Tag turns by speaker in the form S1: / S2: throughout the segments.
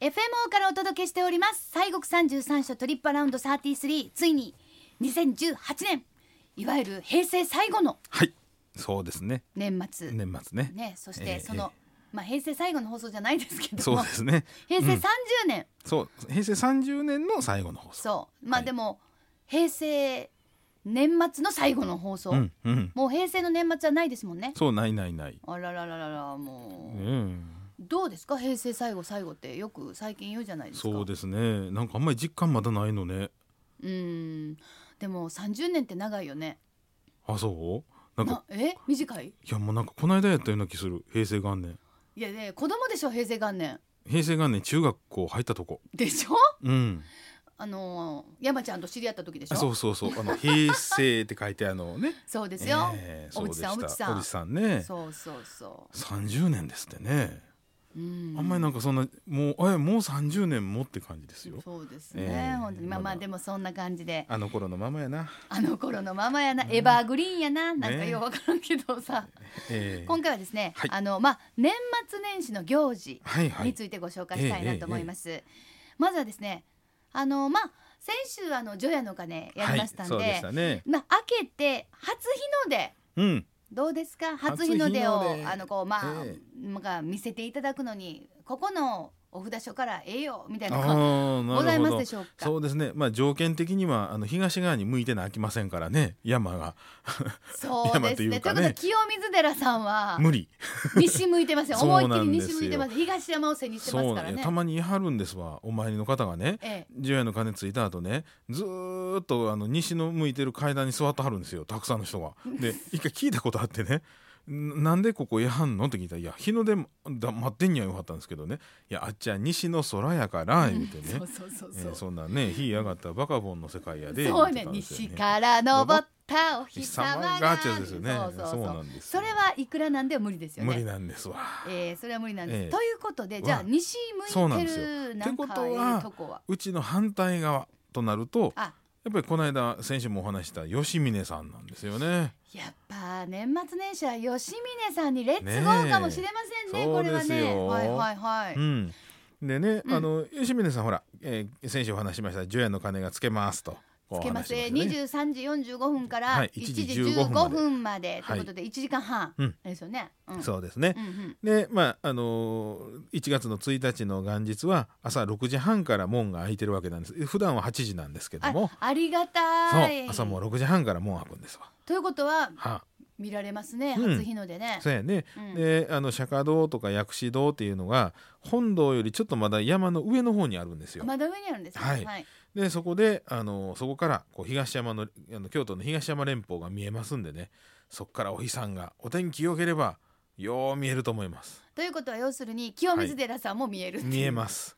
S1: FMO からお届けしております西国33所トリップアラウンド33ついに2018年いわゆる平成最後の
S2: はいそうですね
S1: 年末ね
S2: 年末ね
S1: そし
S2: え
S1: て
S2: え
S1: その、
S2: え
S1: まあ平成最後の放送じゃないですけ
S2: え
S1: ど
S2: そう
S1: も
S2: ですね
S1: 平成30
S2: うん
S1: 年、
S2: そう平成30年の最後の放送
S1: そうまあ
S2: はい
S1: でも、平成年末の最後の放送、
S2: うんうん
S1: もう平成の年末はないですもんね
S2: そうないないない
S1: あららららら
S2: う
S1: もう、
S2: ん
S1: どうですか平成最後最後ってよく最近言うじゃないですか
S2: そうですねなんかあんまり実感まだないのね
S1: うんでも30年って長いよね
S2: あそうなんか
S1: なえ短い
S2: いやもうなんかこの間やったような気する平成元年
S1: いやね子供でしょ平成元年
S2: 平成元年中学校入ったとこ
S1: でしょ
S2: うん
S1: あのー山ちゃんと知り合った時でしょ
S2: あそうそうそうあの平成って書いてあのね
S1: そうですよ、
S2: ええ
S1: 小渕さん
S2: そうでした
S1: 小渕さん
S2: 小渕さんね
S1: そうそうそ
S2: 30年ですってね
S1: う、うん、
S2: あんまりなんかそんなもうえもう30年もって感じですよ
S1: そうですね、
S2: ええ
S1: 本当にまあま
S2: ま
S1: あ
S2: だ
S1: でもそんな感じで
S2: あの頃のままやな、
S1: あの頃のままやな、エバーグリーンやななんか
S2: ね
S1: ようわからんけどさ、
S2: ええ
S1: 今回はですね、
S2: はい
S1: あのまあ年末年始の行事
S2: はいは
S1: に
S2: い
S1: ついてご紹介したいなと思います、まずはですねあのまあ先週あの除夜の鐘やりましたんで,、
S2: はい、そうでしたね
S1: まあ明けて初日の出
S2: うん
S1: どうですか
S2: 初
S1: 初日の出を
S2: 日の出
S1: あのこうまあ、
S2: え
S1: なんか見せていただくのにここのお札所からええよみたい
S2: あ
S1: なのが
S2: あーなるほど
S1: ございますでしょうか
S2: そうですねまあ条件的にはあの東側に向いてなあきませんからね山が
S1: そう
S2: 山
S1: です
S2: という
S1: ねとい
S2: か
S1: う
S2: ね
S1: ことで清水寺さんは
S2: 無理
S1: 西向いてますよ思いっき
S2: そうな
S1: り
S2: んです
S1: 西
S2: よ
S1: 向いてます東山を背にしてますから
S2: い
S1: ね
S2: やたまに言い張るんですわお参りの方がね
S1: ええ
S2: 除夜の鐘ついた後ねずーっとあの西の向いてる階段に座ってはるんですよたくさんの人が。 で一回聞いたことあってねんなんでここやはんのって聞いたら「いや日の出もだ待ってんにはよかったんですけどねいやあっちは西の空やから」言うてね、
S1: そうそうそう
S2: え
S1: そう、
S2: ーそんなね火上がったバカボンの世界やで
S1: そう
S2: 言
S1: ね
S2: うてたんです
S1: 西
S2: よ
S1: から登ったお日
S2: 日
S1: 様が
S2: 様がちゃですよね
S1: そうそう
S2: そ
S1: そうう
S2: なんです
S1: それはいくらなんでも無理ですよね
S2: 無理なんですわ。
S1: えーそれは無理なんです、
S2: ええ
S1: ということでじゃあ
S2: うわ
S1: 西
S2: そう
S1: 向
S2: ないん
S1: て
S2: です
S1: る
S2: よ
S1: なん
S2: ってこ
S1: か
S2: と
S1: い
S2: はい
S1: とこは
S2: うちの反対側となると
S1: あ
S2: やっぱりこの間先週もお話しした吉峰さんなんですよね。
S1: やっぱ年末年始は吉峰さんにレッツゴーかもしれませんね
S2: ねえ
S1: これは
S2: そうです
S1: ね
S2: よ
S1: はいはいはい、
S2: うん、でね、
S1: うん
S2: あの吉峰さんほら、えー、先週お話ししました「除夜の鐘がつけます」と。こう
S1: つけます
S2: お話
S1: え
S2: ししましたね
S1: ー23時45分から
S2: はい
S1: 1
S2: 1
S1: 時
S2: 時
S1: 15分までと
S2: はいいう
S1: ことで1時間半
S2: うん
S1: ですよね、うん
S2: そうですね。
S1: うんうん
S2: でまああのー、1月の1日の元日は朝6時半から門が開いてるわけなんです普段は8時なんですけども
S1: あありがた
S2: そう
S1: い
S2: 朝もう6時半から門開くんですわ。
S1: ということは
S2: は
S1: 見られますね
S2: うん
S1: 初日の出ね、
S2: そうやね、
S1: うん
S2: であの釈迦堂とか薬師堂っていうのが本堂よりちょっとまだ山の上の方にあるんですよ。
S1: まだ上にあるんですね
S2: はいでそこであのそこからこう東山のあの京都の東山連峰が見えますんでねそこからお日さんがお天気良ければよう見えると思 います
S1: ということは要するに清水寺さんも見えるっていう
S2: 見えます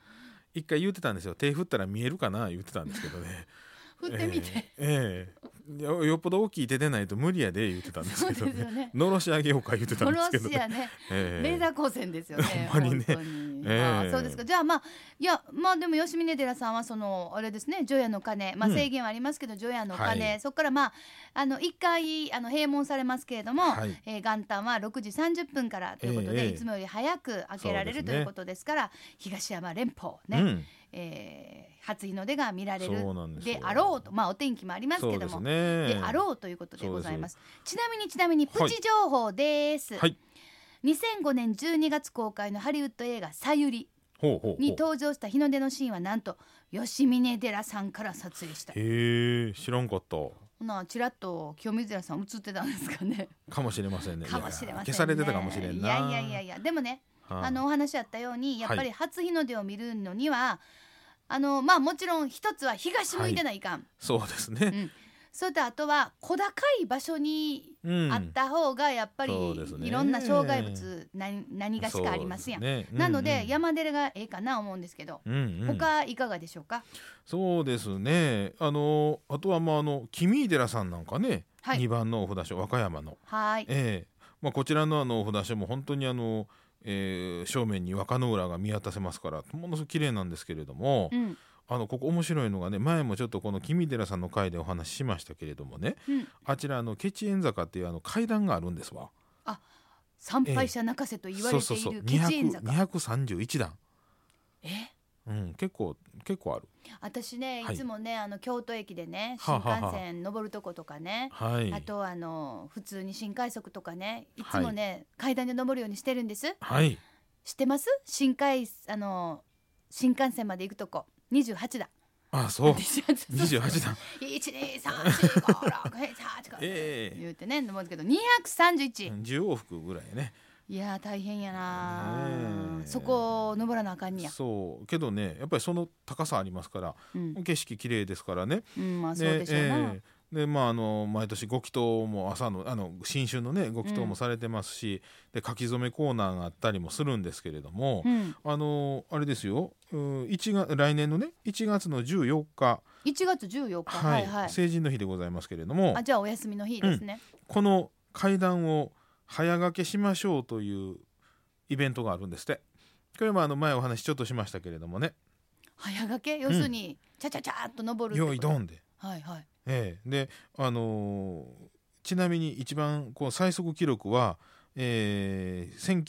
S2: 一回言ってたんですよ手振ったら見えるかな言ってたんですけどね
S1: 振ってみて、
S2: ええええよよっぽど大きい手でないと無理やで言ってたんです
S1: そう
S2: け
S1: です
S2: ど
S1: よ
S2: ね
S1: ね
S2: のろし上げようか言ってた
S1: ロ
S2: んですけ
S1: ロ
S2: ど
S1: シア
S2: ね、
S1: ね、
S2: ええ
S1: レーザー光線ですよね。
S2: ほんまにね
S1: 本当に
S2: ええ
S1: ああそうですか。じゃあまあいやまあでも吉峰寺さんはそのあれですね、除夜の鐘、まあ
S2: うん
S1: 制限はありますけど除夜の鐘、
S2: はい
S1: そこからまああの一回あの閉門されますけれども、
S2: はい
S1: えー元旦は6時30分からということで、
S2: ええ
S1: いつもより早く開けられる、と
S2: そうですね
S1: いうことですから東山連峰
S2: う
S1: ね、
S2: ん
S1: えー初日の出が見られる
S2: そうなんですよ
S1: であろうとまあお天気もあります
S2: そ
S1: け
S2: う
S1: ど
S2: で
S1: も
S2: す。ね
S1: であろうということでございます。ちなみにちなみにプチ情報です。
S2: はい
S1: 2005年12月公開のハリウッド映画「さゆり
S2: ほうほうほ」う
S1: に登場した日の出のシーンはなんと吉峰寺さんから撮影した。
S2: へえ知らんかった
S1: ほなちらっと清水寺さん映ってたんですかね。
S2: かもしれませんね
S1: かもしれません、ね。
S2: いや消されてたかもしれんない
S1: やいやいやいやでもねあのお話あったようにやっぱり初日の出を見るのには、あのまあもちろん一つは東向いてないかん。
S2: そうですね、
S1: それとあとは小高い場所に
S2: うん
S1: あった方がやっぱり、
S2: そうですね
S1: いろんな障害物何何がしかありますやん。
S2: そうですね
S1: なので、
S2: うん
S1: 山寺がええかな思うんですけど、
S2: うんうんうん
S1: 他いかがでしょうか。
S2: そうですねあのあとはまああの君井寺さんなんかね、
S1: は
S2: 二
S1: い
S2: 番のお札所和歌山の、
S1: はーい。
S2: ええまあ、こちらのあのお札所も本当にあの、えー正面に和歌の浦が見渡せますからものすごく綺麗なんですけれども、
S1: うん
S2: あのここ面白いのがね前もちょっとこの君井寺さんの回でお話ししましたけれどもね
S1: うん。
S2: あちらあのケチ円坂っていうあの階段があるんですわ。
S1: 参拝者泣かせと言われている
S2: そうそうそう
S1: 吉円坂。
S2: 200 231段。
S1: え、
S2: うん、結構結構ある
S1: 私ね
S2: はい
S1: いつもね、あの京都駅でね
S2: は
S1: 新
S2: あはあ
S1: 幹線登るとことかね、
S2: はい
S1: あとあの普通に新快速とかねいつもね、階段で登るようにしてるんです
S2: はい
S1: 知ってます新快あの新幹線まで行くとこ28だ
S2: あそう
S1: 28
S2: 28段
S1: 一二三四五六七八九
S2: ええ
S1: 言うてね登るけど二百三十一
S2: 10往復ぐらいね
S1: いやー大変やな
S2: ねえ
S1: ーそこを登らなあかんにや
S2: そうけどねやっぱりその高さありますから
S1: うん、
S2: 景色綺麗ですからね
S1: うん、まあそう
S2: で
S1: でしょうな、
S2: ええでまあ、あの毎年ご祈祷も朝のあの新春のねご祈祷
S1: うん
S2: もされてますし、で書き初めコーナーがあったりもするんですけれども、
S1: うん
S2: あのあれですようん1月来年のね1月の14日、
S1: 1月14日はいはい
S2: 成人の日でございますけれども
S1: あじゃあお休みの日ですね、
S2: この階段を早掛けしましょうというイベントがあるんですってこれもあの前お話ちょっとしましたけれどもね
S1: 早掛け要するに、ちゃちゃちゃーっと
S2: 「
S1: 登るってこ
S2: よ
S1: と
S2: いどん」で。
S1: はいはい
S2: ええ、で、あのーちなみに一番こう最速記録は、えー、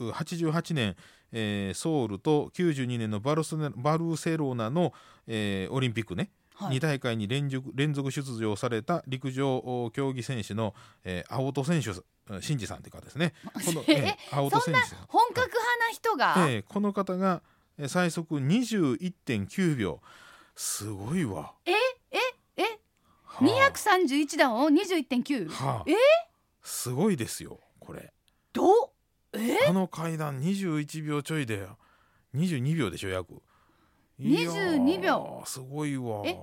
S2: 1988年、えーソウルと92年のバルセロバルセロナの、えーオリンピックね、
S1: はい
S2: 2大会に連続連続出場された陸上お競技選手の、えー青戸選手うん真司さんという方で すね。この
S1: え
S2: えー青戸選手
S1: 本格派な人が、
S2: ええこの方がえー最速21.9秒すごいわ。
S1: えええ
S2: はあ
S1: 231段を21.9
S2: はあ、
S1: え
S2: すごいですよこれ
S1: どうえ
S2: あの階段21秒ちょいで22秒でしょ約いやー
S1: 22秒
S2: すごいわ
S1: え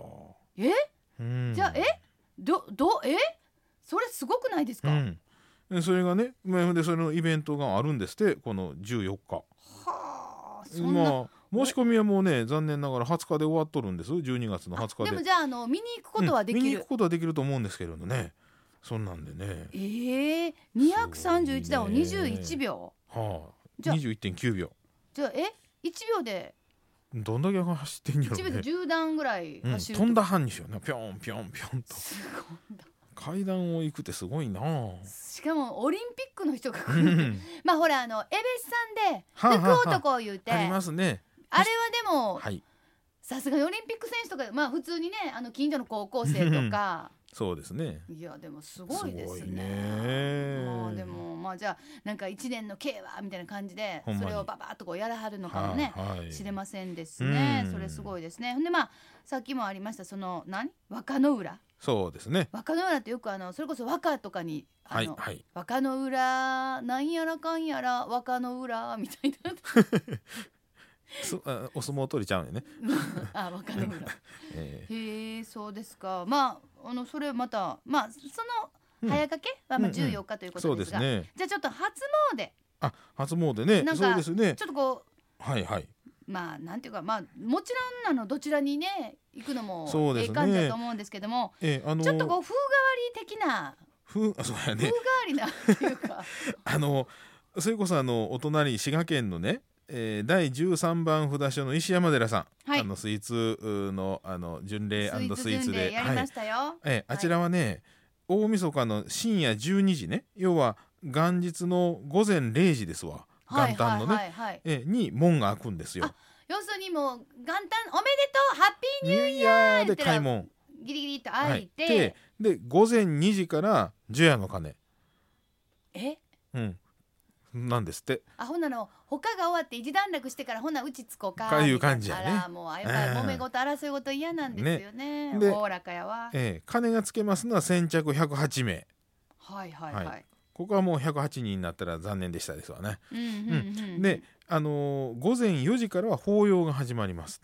S1: え
S2: うん
S1: じゃあえどどえそれすごくないです
S2: う
S1: か、
S2: んでそれがねまあでそれのイベントがあるんですってこの14日
S1: はあそんな、
S2: まあ申し込みはもうね残念ながら20日で終わっとるんです12月の20
S1: あ
S2: 日
S1: で
S2: で
S1: もじゃああの見に行くことはで
S2: うん
S1: き
S2: 見に
S1: る
S2: 行く、ことはできると思うんですけれどねそんなんでね
S1: ええ231段を21秒
S2: はあ
S1: じゃあ
S2: 21.9秒
S1: じゃあえ1秒で
S2: どんだけ走ってんやろ
S1: 1
S2: ね
S1: 秒で10段ぐらい
S2: うん、
S1: 走ると、
S2: 飛んだ班にしようねぴょんぴょんぴょんと
S1: すごいな
S2: 階段を行くってすごいなあ
S1: しかもオリンピックの人が
S2: う
S1: 来る
S2: ん
S1: まあほらあのエベスさん
S2: は
S1: で
S2: あはあはあ
S1: 福男を言うてあ
S2: あり
S1: れは
S2: ますね
S1: でも
S2: はい
S1: さすがにオリンピック選手とかまあ普通にねあの近所の高校生とか
S2: そうですね
S1: いやでもすごいですね
S2: すごいね
S1: もうでもまあじゃあなんか一年の刑はみたいな感じで
S2: ほんま
S1: そ
S2: に
S1: れをババッとこうやらはるのかもね
S2: はいはい
S1: 知れませんですね
S2: うん
S1: それすごいですねほんでまあさっきもありましたその何若の浦
S2: そうですね
S1: 若の浦ってよくあのそれこそ和歌とかにあ
S2: はい
S1: の
S2: はい
S1: 若の裏なんやらかんやら若の裏みたい な
S2: そあお相撲取りちゃうよね、
S1: あ若の裏
S2: え
S1: へえそうですかまああのそれまたまあそ
S2: うん
S1: の早掛けはまあ
S2: うんうん
S1: 14日という
S2: ー、
S1: こ
S2: そ
S1: と
S2: うで
S1: です
S2: す
S1: が、
S2: ね
S1: じゃあちょっと初詣
S2: あ初詣ね
S1: なんか
S2: そうですね
S1: ちょっとこ
S2: はいはいう
S1: まあなんていうかまあもちろんあのどちらにね行くのも
S2: そうで
S1: え
S2: す
S1: え
S2: ね
S1: 感じだと思うんですけども、
S2: えー、あの
S1: ちょっとこう風変わり的な
S2: ふんあそうや
S1: 風
S2: ね
S1: 変わりなっていう か
S2: あのそれこそあのお隣滋賀県のね、えー、第13番札所の石山寺さん、
S1: はい
S2: あのスイーツうーのあの巡礼スイ
S1: スイ
S2: ー
S1: ーツ
S2: ツ
S1: 巡礼
S2: で
S1: やりましたよ、
S2: ええあちらはね、大晦日の深夜12時ね要は元日の午前0時ですわ
S1: はい
S2: 元旦
S1: はい
S2: のね、
S1: はいはい
S2: ええに門が開くんですよ
S1: あ。要するにもう元旦おめでとうハッピ
S2: ニューイヤ
S1: ー
S2: で開門
S1: ーギリギリと
S2: は
S1: 開い
S2: い
S1: て、
S2: でで午前2時から除夜の鐘、
S1: え
S2: うん、なんですって
S1: あほんなの他が終わって一段落してからほなうちつこうか
S2: かいう感じやね
S1: あらもうあやっぱり揉
S2: うん
S1: め事争い事嫌なんですよね
S2: ねで
S1: おおらかやわ
S2: ええ鐘がつけますのは先着108名
S1: はいはいはい、
S2: はここはもう108人になったら残念でしたですわね。
S1: うんうんうん、
S2: で、あのー午前4時からは法要が始まり ます。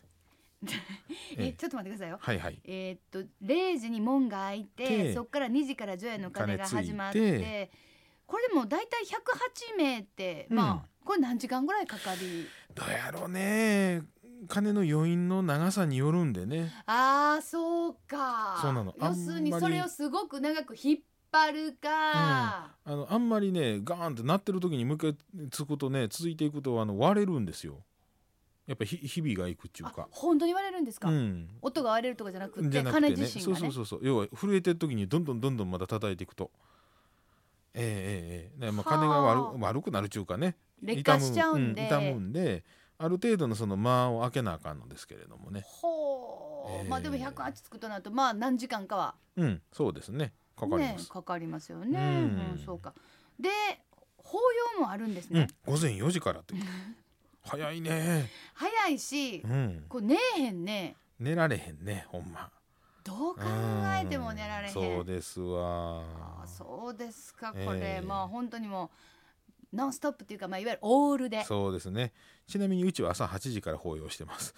S2: え
S1: え
S2: え
S1: ちょっと待ってくださいよ
S2: はいはい
S1: えーっと0時に門が開いて
S2: で
S1: そこから2時から除夜の鐘が
S2: 鐘ついて
S1: 始まってこれでも大体108名って、まあこれ何時間ぐらいかかり
S2: どうやろうね金の余韻の長さによるんでね
S1: あーそうか
S2: そうなの
S1: 要するに
S2: あんまり
S1: それをすごく長く引っ張るか、
S2: あのあんまりねガーンってなってる時にもう一回つくとね続いていくとあの割れるんですよやっぱひ日々がいくっていう
S1: あ
S2: か
S1: 本当に言われるんですか、
S2: うん
S1: 音が割れるとかじゃなくて
S2: じゃなく
S1: 金
S2: て
S1: 自身
S2: ねそう
S1: が
S2: そう
S1: ね
S2: そうそう要は震えてる時にどんどんどんどんまた叩いていくとええええええだからまあ金が
S1: はあ
S2: 悪悪くなるっていうかね
S1: 劣化しちゃうんで
S2: 痛む,、うん、痛むんである程度のその間を空けなあかんのですけれどもね
S1: ほう、
S2: えー
S1: まあでも108つくとなるとまあ何時間かは
S2: うんそうですねかかりま
S1: ね
S2: す、
S1: かかりますよね、う
S2: うん
S1: んそうかで法要もあるんです
S2: う
S1: ね
S2: ん、、午前4時から って早いね
S1: 早いし
S2: うん
S1: こう寝えへんね
S2: 寝られへんねほんま
S1: どう考えても寝られへん
S2: うんそうですわ
S1: あーそうですか
S2: ええ
S1: これ、まあ本当にもうノンストップっていうか、まあ、いわゆるオールで
S2: そうですねちなみにうちは朝8時から抱擁してます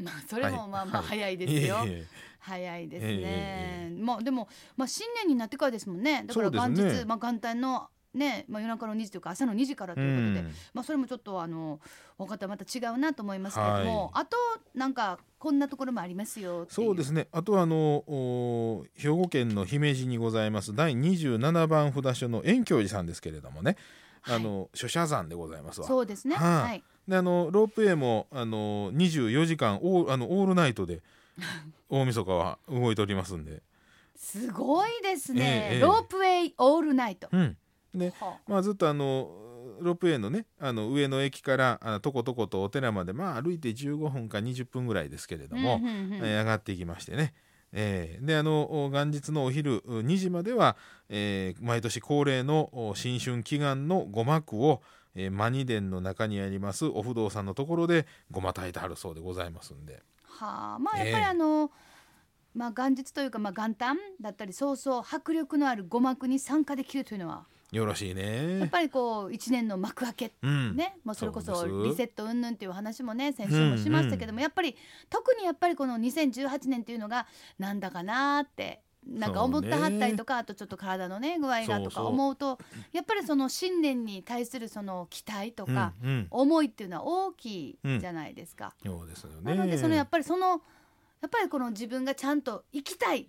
S1: まあ、それも
S2: はい
S1: まあまあ
S2: はい
S1: 早いですよ、
S2: ええ
S1: 早いです
S2: ええ
S1: ね、まあでも、まあ、新年になってからですもんねだから
S2: そう
S1: 元
S2: で
S1: 日、
S2: すね
S1: まあ、元旦の、ねまあ、夜中の2時というか朝の2時からと
S2: う
S1: いうことで、
S2: ん
S1: まあ、それもちょっとあの分かったまた違うなと思いますけれども、あとなんかこんなところもありますよってい
S2: そうですねあとはあのお兵庫県の姫路にございます第27番札所の遠京寺さんですけれども
S1: は
S2: ね、
S1: い
S2: あの諸社山でございますわ
S1: そうですね
S2: はい
S1: はい
S2: であのロープウェイもあの24時間オーあのオールナイ トで大晦日は動いておりますんで、
S1: すごいですね、
S2: ええええ
S1: ロープウェイオールナイト、
S2: うんで
S1: ほう
S2: まあ、ずっとあのロープウェイのねあの上の駅からあのとことことお寺まで、まあ、歩いて15分か20分ぐらいですけれども、
S1: うんうんうん
S2: えー上がっていきましてね、えーであのお元日のお昼う2時までは、えー毎年恒例のお新春祈願の護幕を、えー、マニ殿の中にありますお不動さんのところでごまたいてあるそうでございますんで
S1: はあまあやっ
S2: ええ
S1: ぱりあの、まあ元日というかまあ元旦だったり早々迫力のある五幕に参加できるというのは
S2: よろし
S1: やっ
S2: いね。
S1: ぱりこう一年の幕開け
S2: うん、
S1: ね、もうそれこそ
S2: そうです
S1: リセット云々っていう話もね先週もしましたけども、やっぱり特にやっぱりこの2018年っていうのがなんだかなーってなんか思ってはったりとか、あとちょっと体のね具合がと
S2: そ
S1: か
S2: うそう
S1: 思うとやっぱりその新年に対するその期待とか、
S2: うんうん
S1: 思いっていうのは大きいじゃないですか。
S2: そうですよ
S1: な
S2: ね。
S1: のでそのやっぱりそのやっぱりこの自分がちゃんと行きたい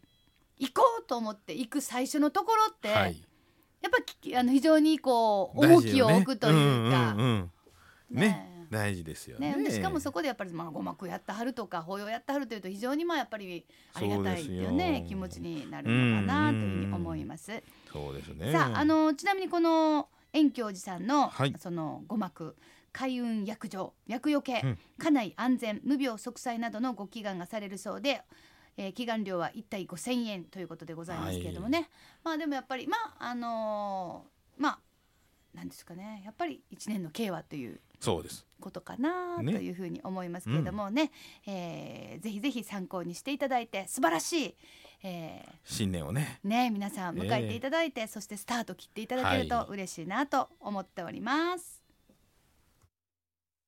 S1: 行こうと思って行く最初のところって、
S2: はい
S1: やっぱきあの非常にこう重
S2: 大事
S1: きを
S2: よね
S1: 置くというか。
S2: んうんうんね
S1: ね
S2: 大事ですよ
S1: ね
S2: ね。
S1: でしかもそこでやっぱり、まあ、ごまくやったはるとか法要やったはるというと非常にまあやっぱりありがたいっていう
S2: そう
S1: ね
S2: ですよ
S1: 気持ちになるのかなというふうに思います。
S2: そうですね。
S1: さああのちなみにこの遠京寺さんの、
S2: はい
S1: その五幕開運薬場薬除け、
S2: うん
S1: 家内安全無病息災などのご祈願がされるそうで、えー、祈願料は一体五千円ということでございますけれどもね、まあでもやっぱりまああのーまあなんですかねやっぱり一年の計はという
S2: そうです。
S1: ことかなと
S2: ね
S1: いうふうに思いますけれどもねえーぜひぜひ参考にしていただいて素晴らしい、えー
S2: 新年をね。
S1: ね皆さん迎えていただいて、そしてスタート切っていただける
S2: は
S1: と嬉しいなと思っております。